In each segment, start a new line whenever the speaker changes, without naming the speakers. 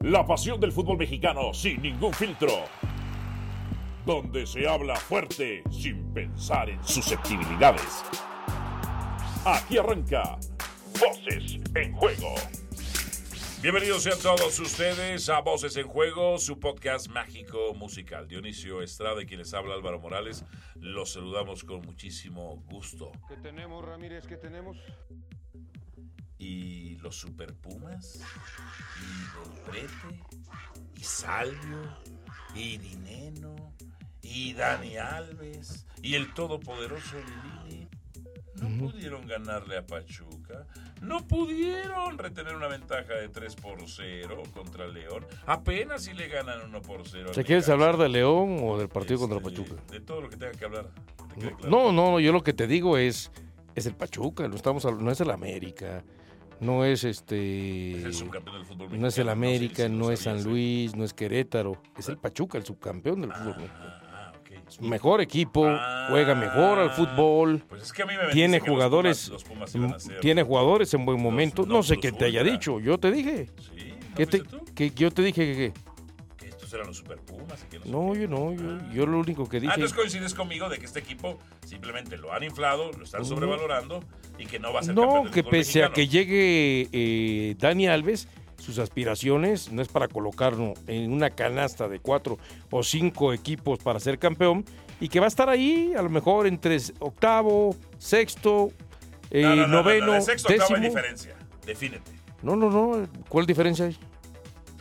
La pasión del fútbol mexicano sin ningún filtro. Donde se habla fuerte sin pensar en susceptibilidades. Aquí arranca Voces en Juego.
Bienvenidos sean todos ustedes a Voces en Juego, su podcast mágico musical. Dionisio Estrada y quien les habla Álvaro Morales, los saludamos con muchísimo gusto.
¿Qué tenemos, Ramírez? ¿Qué tenemos?
Y los Super Pumas, y Beltrete, y Salvio, y Dineno, y Dani Alves, y el todopoderoso Lili. No pudieron ganarle a Pachuca. No pudieron retener una ventaja de 3 por 0 contra León. Apenas si le ganan 1 por 0.
¿Te quieres hablar de León o del partido contra Pachuca?
Este, De todo lo que tenga que hablar. ¿Te queda claro?
No, no, no, yo lo que te digo es es el Pachuca, no estamos habl- no es el América, no es este
Es el subcampeón del fútbol mexicano.
no es el
sé
América,
si lo
no es
sabías,
San
¿eh?
Luis, no es Querétaro, es el Pachuca, el subcampeón del fútbol. mexicano.
Ah, ah, ok.
Mejor equipo, juega mejor al fútbol.
Pues es que a mí me
Tiene
vendiste que los
jugadores,
Pumas- los Pumas iban a ser-
tiene jugadores en buen momento.
no,
no sé
los
qué te haya
ultra.
dicho, yo te dije.
Sí, ¿no
que, te-
viste tú?
que yo te dije que,
Que estos eran los Super Pumas. y que no
que-
sé
no,
qué.
yo no, yo, yo lo único que
Pues
dije.
Ah, entonces coincides conmigo de que este equipo simplemente lo han inflado, lo están sobrevalorando y que no va a ser campeón
No,
del
que
fútbol
pese a
mexicano.
que llegue eh, Dani Alves, sus aspiraciones no es para colocarlo en una canasta de cuatro o cinco equipos para ser campeón y que va a estar ahí a lo mejor entre octavo, sexto, eh,
No, no, no, no, no,
noveno,
de sexto a octavo hay
décimo.
diferencia. Defínete.
No, no, no. ¿Cuál diferencia hay?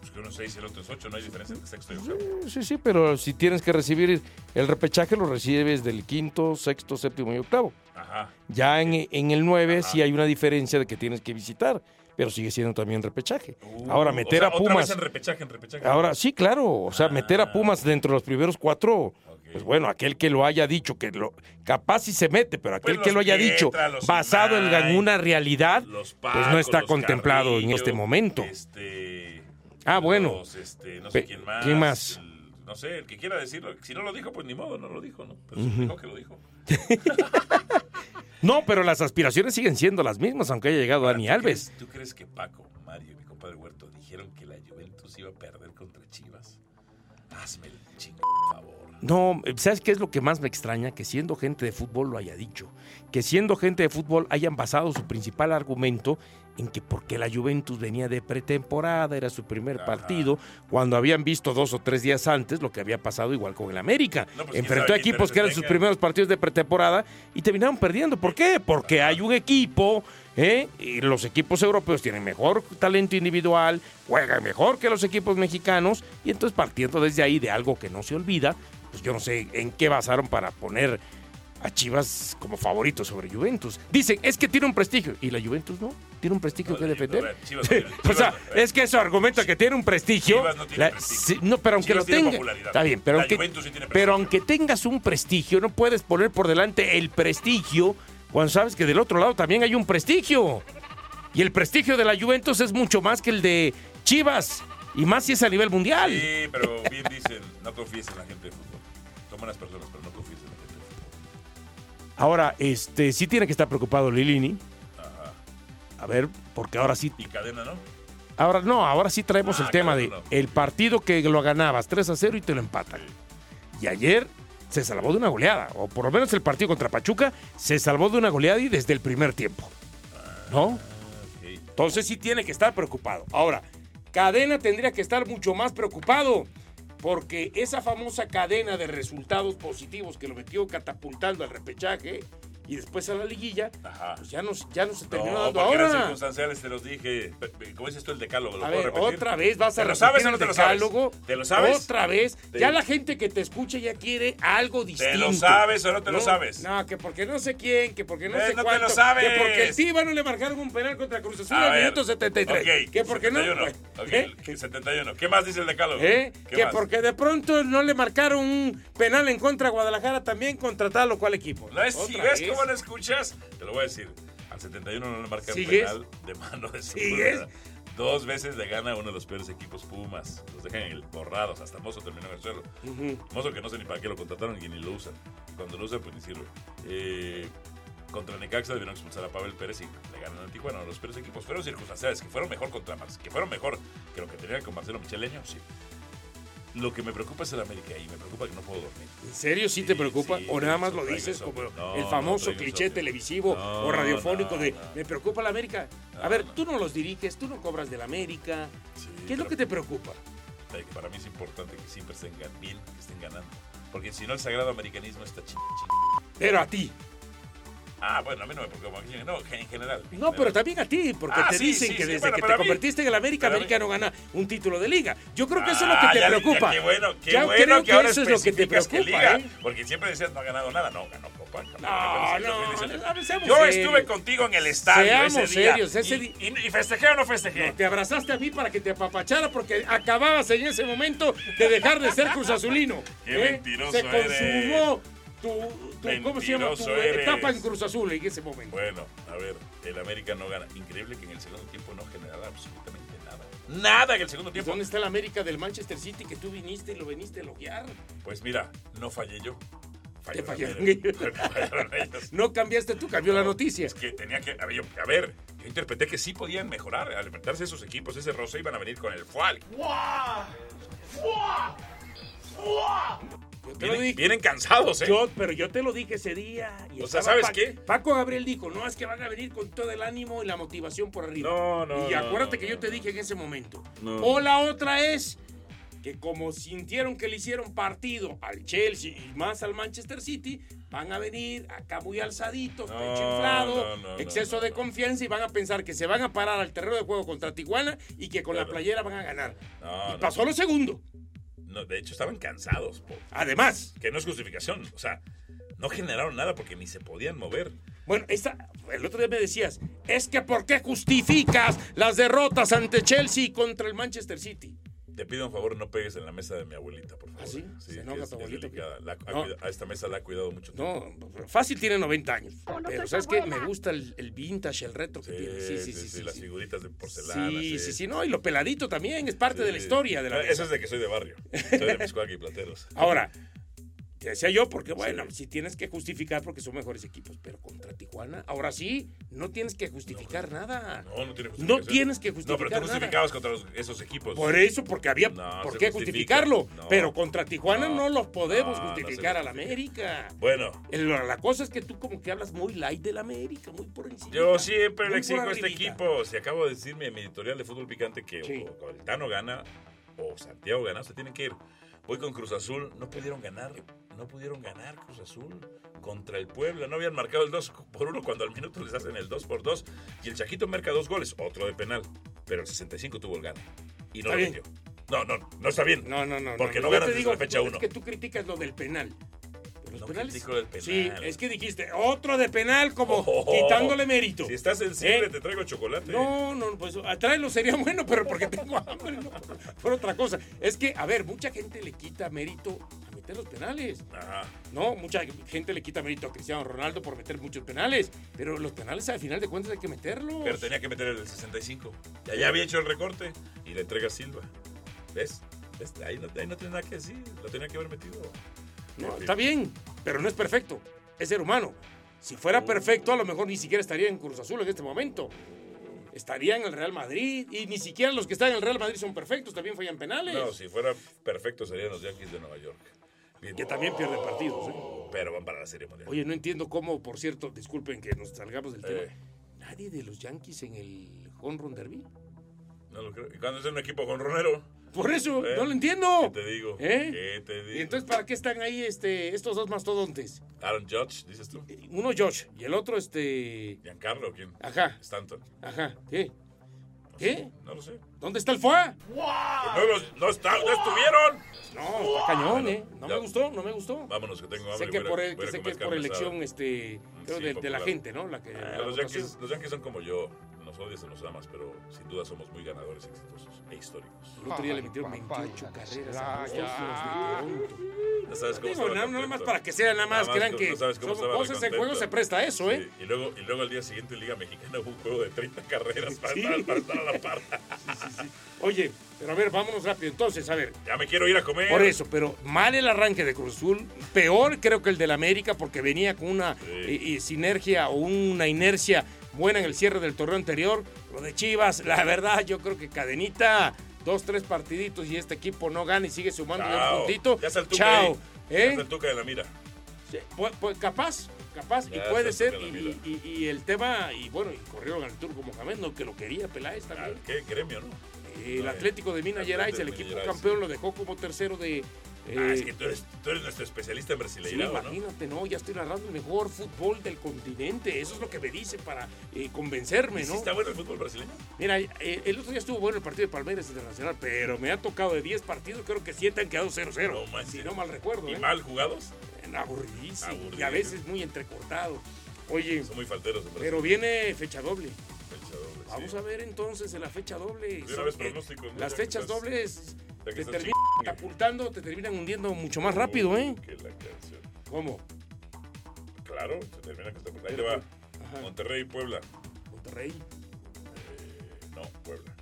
Pues que uno es 6 y el otro es 8, no hay diferencia entre sexto y octavo.
Eh, Sí, sí, pero si tienes que recibir el repechaje, lo recibes del quinto, sexto, séptimo y octavo.
Ajá.
Ya en, en el 9
Ajá.
sí hay una diferencia de que tienes que visitar, pero sigue siendo también repechaje.
Uh,
ahora, meter
o sea,
a
Otra vez
Pumas.
en repechaje, en repechaje.
Ahora, sí, claro. O sea, meter
Ah.
a Pumas dentro de los primeros cuatro. Pues bueno, aquel que lo haya dicho, que lo capaz si se mete, pero aquel
Pues
que
los
lo haya dicho
Pietra, los
basado en
Imay,
alguna realidad,
Los
pues no
Pacos,
está
los
contemplado en
Carrillo,
este momento.
Este,
Ah, bueno.
los, este, no
Pe-
sé quién más.
¿quién más?
el- no sé, el que quiera decirlo. Si no lo dijo, pues ni modo, no lo dijo, ¿no? Pero se dijo que lo dijo.
No, pero las aspiraciones siguen siendo las mismas, aunque haya llegado Dani
¿Tú
Alves.
crees- ¿Tú crees que Paco, Mario y mi compadre Huerto dijeron que la Juventus iba a perder contra Chivas? Hazme el chingo favor.
No, ¿sabes qué es lo que más me extraña? Que siendo gente de fútbol lo haya dicho. Que siendo gente de fútbol hayan basado su principal argumento en que porque la Juventus venía de pretemporada, era su primer
Ajá.
partido, cuando habían visto dos o tres días antes lo que había pasado igual con el América.
No, pues, quién
Enfrentó
sabe
a
qué
equipos que eran sus
intereses
primeros partidos de pretemporada y terminaron perdiendo. ¿Por qué? Porque hay un equipo, ¿eh? y los equipos europeos tienen mejor talento individual, juegan mejor que los equipos mexicanos, y entonces partiendo desde ahí de algo que no se olvida, pues yo no sé en qué basaron para poner a Chivas como favorito sobre Juventus. Dicen, es que tiene un prestigio, y la Juventus no, tiene un prestigio
No,
que
la-
defender.
a ver, Chivas no tiene-
o
Chivas
sea,
no- a ver.
es que eso argumenta que tiene un prestigio.
Chivas no tiene
la-
prestigio.
sí, no, pero aunque
Chivas
lo
tiene
tenga.
popularidad.
Está bien, pero
La
aunque,
Juventus sí tiene prestigio.
pero aunque tengas un prestigio, no puedes poner por delante el prestigio cuando sabes que del otro lado también hay un prestigio. Y el prestigio de la Juventus es mucho más que el de Chivas. Y más si es a nivel mundial.
Sí, pero bien dicen, no confíes en la gente de fútbol. Toma las personas, pero no confíes en la gente de fútbol.
Ahora, este, sí tiene que estar preocupado Lilini.
Ajá.
A ver, porque ahora sí
Y cadena, ¿no?
Ahora no, ahora sí traemos
Ah,
el tema de
claro, no.
el partido que lo ganabas 3 a 0 y te lo empatan. Y ayer se salvó de una goleada, o por lo menos el partido contra Pachuca se salvó de una goleada y desde el primer tiempo. ¿No?
Ok.
Entonces sí tiene que estar preocupado. Ahora, Cadena tendría que estar mucho más preocupado porque esa famosa cadena de resultados positivos que lo metió catapultando al repechaje y después a la liguilla,
Ajá.
pues ya no, ya no se terminó
No,
dando
porque eran
ahora.
circunstanciales, te los dije. Pe- pe- ¿Cómo dices tú el decálogo? ¿Lo
A
puedo
ver,
repetir?
otra vez vas
¿Te
a
lo
repetir
sabes o
el
no te lo sabes?
decálogo?
¿Te lo sabes?
Otra vez.
Te-
Ya la gente que te escucha ya quiere algo distinto.
lo sabes o no te lo sabes?
No, que porque no sé quién, que porque no
Eh,
sé
no te
cuánto,
lo sabes.
Que porque el Tíbano le marcaron un penal contra Cruz Azul
A
al
ver.
minuto 73.
Ok,
que porque
71,
no.
ok,
¿Eh?
que 71. ¿Qué más dice el decálogo?
¿Eh?
¿Qué
Que
más?
porque de pronto no le marcaron un penal en contra a Guadalajara también contra tal o cual equipo.
No es, si
Otra
ves
vez.
cómo lo escuchas, te lo voy a decir. Al 71 no le marca un
¿Sigues?
penal de mano de su
¿Sigues?
Dos veces le gana uno de los peores equipos Pumas. Los dejan en el borrados. Hasta Mozo terminó en el suelo. Mozo que no sé ni para qué lo contrataron y ni lo usan. Cuando lo usan, pues ni sirve. Eh, Contra Necaxa debieron expulsar a Pavel Pérez y le ganan a Tijuana. Los peores equipos fueron circunstanciales, que fueron mejor contra Marcelo, que fueron mejor que lo que tenían con Marcelo Micheleño, sí. Lo que me preocupa es el América y me preocupa que no puedo dormir.
¿En serio sí,
Sí,
te preocupa?
sí,
¿O nada más lo
traigo
dices
insomnio.
como
No,
el
no,
famoso
traigo
cliché
insomnio.
televisivo
No,
o radiofónico
no,
de
no.
me preocupa la América? a
No,
ver,
no.
tú no los diriges, tú no cobras del América.
Sí,
¿Qué es lo
pero-
que te preocupa?
Eh, que para mí es importante que siempre estén gan- bien, que estén ganando. Porque si no, el sagrado americanismo está ch... ch-
Pero a ti.
Ah, bueno, a mí no me preocupa. No, que en general. en
No, pero
general.
también a ti, porque
Ah,
te
sí,
dicen
sí,
que
sí,
desde
bueno,
que te
para mí.
convertiste en el América,
Para mí.
América no gana un título de liga. Yo creo que eso es lo que
Ah,
te
ya, ya,
preocupa.
Qué bueno, qué
Ya
bueno
creo
que
que
ahora
eso es lo que te
especificas que
preocupa,
liga,
¿eh?
Porque siempre decías no ha ganado nada. No, ganó Copa. campeón de
No,
campeones en
no,
2018.
no, seamos
Yo
serios.
estuve contigo en el estadio
Seamos
ese día.
serios, ese
y,
di-
y- y festejé o no festejé?
No, Eh, te abrazaste a mí para que te apapachara porque acababas en ese momento de dejar de ser Cruz Azulino. ¿eh?
Qué mentiroso
Se consumó tu, tu- ¿cómo se llama? Tu
Mentiroso eres.
etapa en Cruz Azul en ese momento.
Bueno, a ver, el América no gana. Increíble que en el segundo tiempo no generara absolutamente nada. Nada en el segundo
¿Y
tiempo.
¿Dónde está la América del Manchester City que tú viniste y lo viniste a elogiar?
Pues mira, no fallé yo.
Te fallaron
ellos.
ellos.
Fallaron ellos.
No cambiaste tú, cambió la noticia.
Es que tenía que. A ver, yo, a ver, yo interpreté que sí podían mejorar. Al enfrentarse esos equipos, ese roce, iban a venir con el fual.
Yo te lo
Vienen,
dije.
vienen cansados, ¿eh?
Yo- pero yo te lo dije ese día. y
O sea,
estaba
¿sabes
Pa-
qué?
Paco Gabriel dijo, no, es que van a venir con todo el ánimo y la motivación por arriba.
No, no,
Y
no,
acuérdate
no,
que yo
no,
te
no.
dije en ese momento.
No.
O la otra es que como sintieron que le hicieron partido al Chelsea y más al Manchester City, van a venir acá muy alzaditos,
No,
pecho inflado,
no, no, no,
exceso
no,
de
no.
confianza y van a pensar que se van a parar al terreno de juego contra Tijuana y que con la
Claro.
playera van a ganar.
No,
y
no.
pasó lo segundo.
No, de hecho, estaban cansados. po.
Además,
Que no es justificación. O sea, no generaron nada porque ni se podían mover.
Bueno, esta, el otro día me decías, es que ¿por qué justificas las derrotas ante Chelsea y contra el Manchester City?
Te pido un favor, no pegues en la mesa de mi abuelita, por favor.
¿Ah, sí? Se
que
enoja
es-
tu
es
abuelita,
delicada. La- ha
No.
cuida- a esta mesa la ha cuidado mucho tiempo.
No, fácil tiene 90 años.
no
pero
soy
¿sabes
tu
qué?
abuela.
Me gusta el, el vintage, el retro que tiene. Sí, sí, sí. sí,
las
sí.
figuritas de porcelana. Ah,
Sí, sí, sí, no, y lo peladito también, es parte de la historia de la
Eso
mesa.
es de que soy de barrio. Soy de Miscuac y Plateros.
Ahora, te decía yo, porque bueno, si tienes que justificar porque son mejores equipos, pero contra Tijuana, ahora sí, no tienes que justificar nada.
No, no tiene
No
justificación.
tienes que
No, pero tú
justificar nada.
justificabas contra los- esos equipos.
Por e- eso, porque había
Pues No,
por
se
qué
justifica.
justificarlo.
No.
pero contra Tijuana no,
No,
los podemos
no, no se
justificar a la
justifica.
América.
Bueno,
El- la cosa es que tú como que hablas muy light de la América, muy por encima.
Yo siempre le exijo a este
equipo.
equipo. Si acabo de decirme en mi editorial de fútbol picante que
Sí.
o, o el Tano gana o Santiago gana, se tienen que ir. Voy con Cruz Azul, no pudieron ganar. No pudieron ganar Cruz Azul contra el Puebla. No habían marcado el 2 por 1 cuando al minuto les hacen el 2 por 2. Y el Chaquito marca dos goles, otro de penal. Pero el 65 tuvo el gane. Y no
Está
lo
bien.
metió. No, no, no está bien.
No, no, no.
Porque no
Yo
ganas
te
desde
digo,
la fecha
tú-
uno.
Es que tú criticas lo del penal. Pero los
No
penales-
critico el penal.
Sí, es que dijiste otro de penal como
Oh.
quitándole mérito.
Si estás sensible,
¿Eh?
te traigo chocolate.
No, no, pues traerlo sería bueno, pero porque tengo hambre, no por, por otra cosa. Es que, a ver, mucha gente le quita mérito a meter los penales.
Ajá.
No, mucha gente le quita mérito a Cristiano Ronaldo por meter muchos penales, pero los penales al final de cuentas hay que meterlos.
Pero tenía que meter el 65. Ya, ya había hecho el recorte y le entrega a Silva. ¿Ves? ¿Ves? Ahí, no, ahí no tenía nada que decir. Lo tenía que haber metido.
No, está bien, pero no es perfecto, es ser humano. Si fuera perfecto, a lo mejor ni siquiera estaría en Cruz Azul en este momento. Estaría en el Real Madrid y ni siquiera los que están en el Real Madrid son perfectos, también fallan penales.
No, si fuera perfecto serían los Yankees de Nueva York. Bien.
Que también pierden partidos. ¿eh?
Pero van para la Serie Mundial.
Oye, no entiendo cómo, por cierto, disculpen que nos salgamos del tema.
Eh.
Nadie de los Yankees en el Home Run Derby.
No lo creo. ¿Y cuando es un equipo con Ronero?
Por eso,
Eh.
no lo entiendo.
¿Qué te digo?
¿Eh?
¿Qué te digo?
¿Y entonces para qué están ahí este, estos dos mastodontes?
Aaron Judge, dices tú.
Uno Josh y el otro este...
¿Giancarlo o quién?
Ajá,
Stanton.
ajá. ¿Qué? ¿Qué?
No lo sé.
¿Dónde está el FOA?
No, los- no está- no estuvieron.
No, está cañón, ¿eh? No
ya.
me gustó, no me gustó.
Vámonos, que tengo hambre.
Sé que,
voy a-
por el-
voy a
que sé que
comer
es por
carne
elección
asada.
este, creo
Sí,
de, de la
popular.
gente, ¿no? La que,
Ah,
la
los,
votación.
yankees, los Yankees son como yo. Nos odias o nos amas, pero sin duda somos muy ganadores exitosos e históricos.
El otro día le metieron
Ay,
28
papá,
carreras
ya,
a los Astros
ya.
de Toronto.
No Ah, sabes cómo
Digo,
estaba
nada, nada más
contento.
para que sea, nada
Nada
más,
más
crean
que-
que
no sabes cómo
son
estaba de
cosas en
contento.
juego se presta a eso, ¿eh?
Sí, y, luego, y luego al día siguiente en Liga Mexicana hubo un juego de 30 carreras para,
Sí.
estar, para estar a la par.
Oye, Pero a ver, vámonos rápido. Entonces, a ver,
Ya me quiero ir a comer.
por eso, pero mal el arranque de Cruz Azul, peor creo que el del América porque venía con una eh, eh, sinergia o una inercia buena en el cierre del torneo anterior. Lo de Chivas, la verdad, yo creo que cadenita, dos, tres partiditos y este equipo no gana y sigue sumando de un
Chao.
puntito.
Ya está el tuque
Chao.
ahí. Ya
¿Eh?
está el tuque de la mira.
Sí, pu- pu- capaz, capaz, y
Ya
puede
se
ser.
toca la
Y,
mira.
y- y- y el tema, y bueno, y corrieron al Turco Mohamed, no que lo quería Peláez
Ah,
también.
¿Qué gremio, no?
el
eh,
Atlético de Minas
Atlético
Gerais,
de
el
Minas
equipo
Gerais,
campeón,
sí.
lo dejó como tercero de.
Ah, es
eh,
que tú eres, tú eres nuestro especialista en
sí,
brasileirado, ¿no?
imagínate, no, ya estoy narrando el mejor fútbol del continente. Eso es lo que me dice para eh, convencerme,
¿Y si
¿no?
está bueno el fútbol brasileño?
Mira, eh, el otro día estuvo bueno el partido de Palmeiras Internacional, pero me ha tocado de 10 partidos, creo que 7 han quedado 0-0.
No manches.
si no mal recuerdo,
¿Y
¿eh?
mal jugados?
En aburridísimo, y
Aburridísimo.
a veces muy entrecortado. Oye,
Son muy falteros en Brasil.
pero viene fecha doble.
Fecha doble, sí.
Vamos a ver entonces en la fecha doble.
De una vez pronósticos, ¿no?
Las
Ya que
fechas
estás- ya
dobles te
que estás
terminan
chingando.
catapultando, te terminan hundiendo mucho más rápido,
Uy,
¿eh?
que la canción.
¿Cómo?
Claro, se termina con esta Ahí te
Pero-
va.
Ajá.
Monterrey, Puebla.
Monterrey.
Eh, no, Puebla.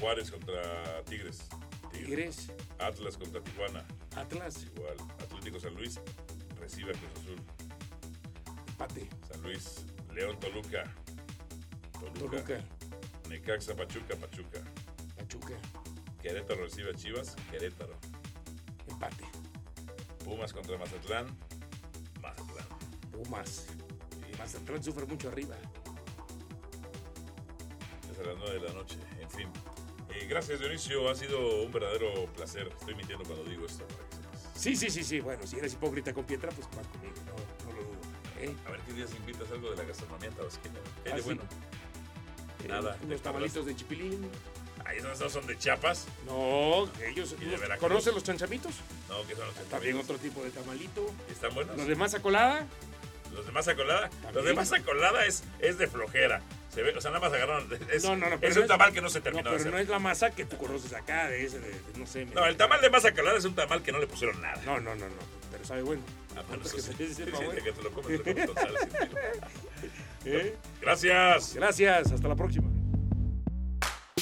Juárez contra Tigres.
Tigres,
Atlas contra Tijuana.
Atlas,
Igual. Atlético San Luis. Recibe a Cruz Azul.
empate,
San Luis. León Toluca. Toluca.
Toluca,
Necaxa Pachuca. Pachuca.
Pachuca,
Querétaro recibe a Chivas. Querétaro.
empate,
Pumas contra Mazatlán. Mazatlán.
Pumas. Mazatlán sufre mucho arriba.
Es a las 9 de la noche, en fin. Eh, gracias Dionisio, ha sido un verdadero placer. Estoy mintiendo cuando digo esto. para que sepas.
Sí, sí, sí, sí. Bueno, si eres hipócrita con Pietra, pues vas conmigo. No, no lo dudo. ¿eh?
A ver qué días invitas algo de la gastronomía tabasqueña. ¿Qué
Ah,
de
sí.
bueno? Nada,
Eh, Los tamalitos de chipilín.
Ahí Ah, esos no son de Chiapas.
No, ellos.
Y de Veracruz.
¿Conocen los chanchamitos?
No, que son los
También
tamales.
otro tipo de tamalito.
¿Están buenos?
Los de masa colada,
¿Los de masa colada? Los de
También.
masa colada es, es de flojera. Se ve, o sea, nada más agarraron. Es,
No, no, no, pero
es
no
un
es-
tamal que no se
no,
terminó de
pero
hacer.
no es la masa que tú conoces acá, de ese, de, de- no sé.
No, el tamal de masa colada es un tamal que no le pusieron nada.
No, no, no, no, pero sabe bueno.
Ah, bueno, eso
Porque
sí.
se dice,
Sí,
por favor.
sí, que te lo comes, te lo comes con sal, sin tiro.
¿Eh?
Gracias.
Gracias, hasta la próxima.